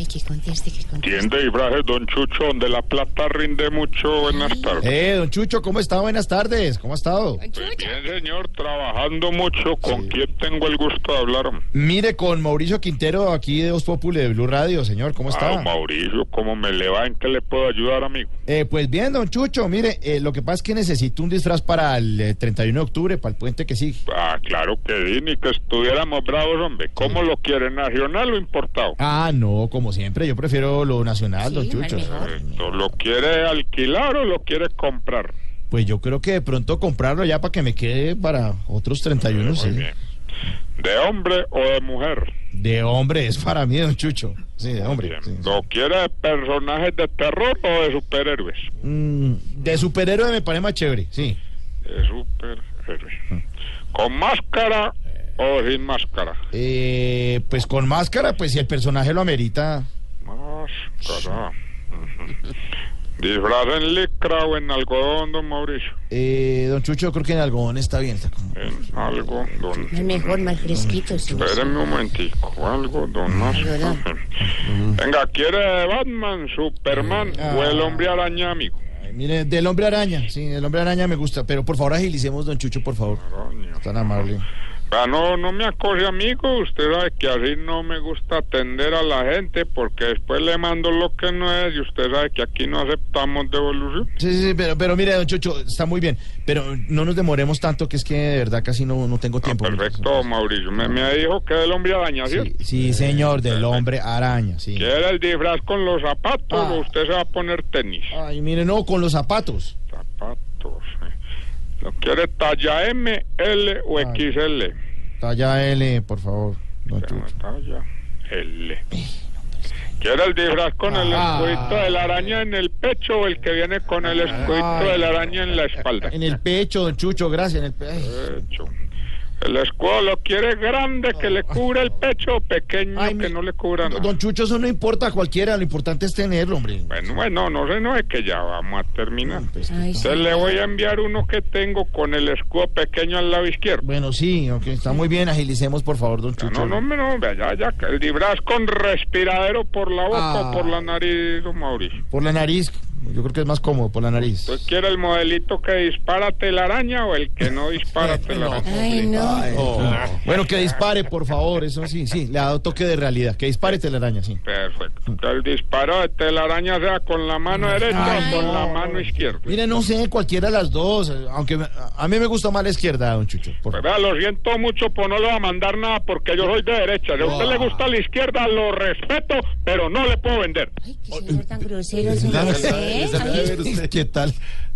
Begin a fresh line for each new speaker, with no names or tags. Ay, que conteste, que conteste.
Tiende y braje, don Chuchón de la Plata rinde mucho. Buenas tardes.
Eh, don Chucho, ¿cómo está? Buenas tardes, ¿cómo ha estado?
Pues bien, señor, trabajando mucho. ¿Con quién tengo el gusto de hablar?
Mire, con Mauricio Quintero aquí de Os Populi de Blue Radio, señor, ¿cómo
Ah,
está?
Mauricio, ¿cómo me le va? ¿En qué le puedo ayudar, amigo?
Eh, pues bien, don Chucho, mire, eh, lo que pasa es que necesito un disfraz para el eh, 31 de octubre, para el puente que sigue.
Ah, claro que sí, ni que estuviéramos bravos, hombre. ¿Cómo lo quiere, nacional o importado?
Ah, no, como siempre, yo prefiero lo nacional, don
Sí,
Chucho.
al mejor.
Esto, Eh, ¿Lo quiere alquilar o lo quiere comprar?
Pues yo creo que de pronto comprarlo ya para que me quede para otros 31, sí.
Muy bien. ¿De hombre o de mujer?
De hombre, es para mí, don Chucho. Sí, de hombre.
Bien.
sí, sí.
¿Lo quiere de personajes de terror o de superhéroes?
Mm, de superhéroe me parece más chévere, sí.
De superhéroes. ¿Con máscara o sin máscara?
Eh, pues con máscara, pues si el personaje lo amerita.
Máscara. Ujú. ¿Disfraz en licra o en algodón, don Mauricio?
Eh, don Chucho, yo creo que en algodón está bien. está como-
En algodón.
Al mejor, más fresquito, sí.
Espéreme un momentico, algodón
Algodón.
máscara. Venga, ¿quiere Batman, Superman o el hombre araña, amigo?
Ay, mire, del hombre araña, sí, el hombre araña me gusta, pero por favor agilicemos, don Chucho, por favor.
Coño.
Tan amable.
Ah, no, no me acose, amigo. Usted sabe que así no me gusta atender a la gente porque después le mando lo que no es y usted sabe que aquí no aceptamos devolución.
Sí, sí, sí, pero, pero mire, don Chucho, está muy bien, pero no nos demoremos tanto, que es que de verdad casi no, no tengo tiempo.
Ah, Perfecto, Mauricio. Me, me dijo que el hombre araña,
Sí,
¿cierto?
sí, señor, del hombre araña, sí.
¿Quiere el disfraz con los zapatos
Ah.
o usted se va a poner tenis?
Ay, mire, no, con los zapatos.
Zapatos. eh. ¿Lo quiere talla M, L o
Ay.
XL?
Talla L, por favor, don
Pero no
Chucho.
talla L. ¿Quiere el disfraz con el
Ah.
escudito de la araña en el pecho o el que viene con el escudito de la araña en la espalda?
En el pecho, don Chucho, gracias, en el pecho.
Pecho. El escudo lo quiere grande que le cubra el pecho o pequeño
Ay,
que
mi-
no le cubra nada.
Don Chucho, eso no importa a cualquiera, lo importante es tenerlo, hombre.
Bueno, bueno, no sé, no es que ya vamos a terminar.
Pues,
Ay, sí.
Entonces le voy a enviar uno que tengo con el escudo pequeño al lado izquierdo.
Bueno, sí, ok, está muy bien, agilicemos por favor, don Chucho.
No, no, hombre, no, vea, ya, ya, que el disfraz con respiradero por la boca
Ah.
o por la nariz, don Mauricio.
Por la nariz, yo creo que es más cómodo, por la nariz.
¿Usted quiere Pues el modelito que dispara telaraña o el que no dispara telaraña?
Ay, no.
Oh. Bueno, que dispare, por favor, eso sí, sí, le ha dado toque de realidad. Que dispare telaraña, sí.
Perfecto. Que el disparo de telaraña sea con la mano derecha o con la mano izquierda.
Mire, no sé, cualquiera de las dos, eh, aunque me- a- a mí me gusta más la izquierda, don Chucho. por
Pues
favor.
vea, lo siento mucho por no le va a mandar nada porque yo soy de derecha. Si a usted le
Ah.
gusta la izquierda, lo respeto, pero no le puedo vender. pues,
Ay, qué señor tan grosero, señor. ¿eh? Ay,
¿Qué tal?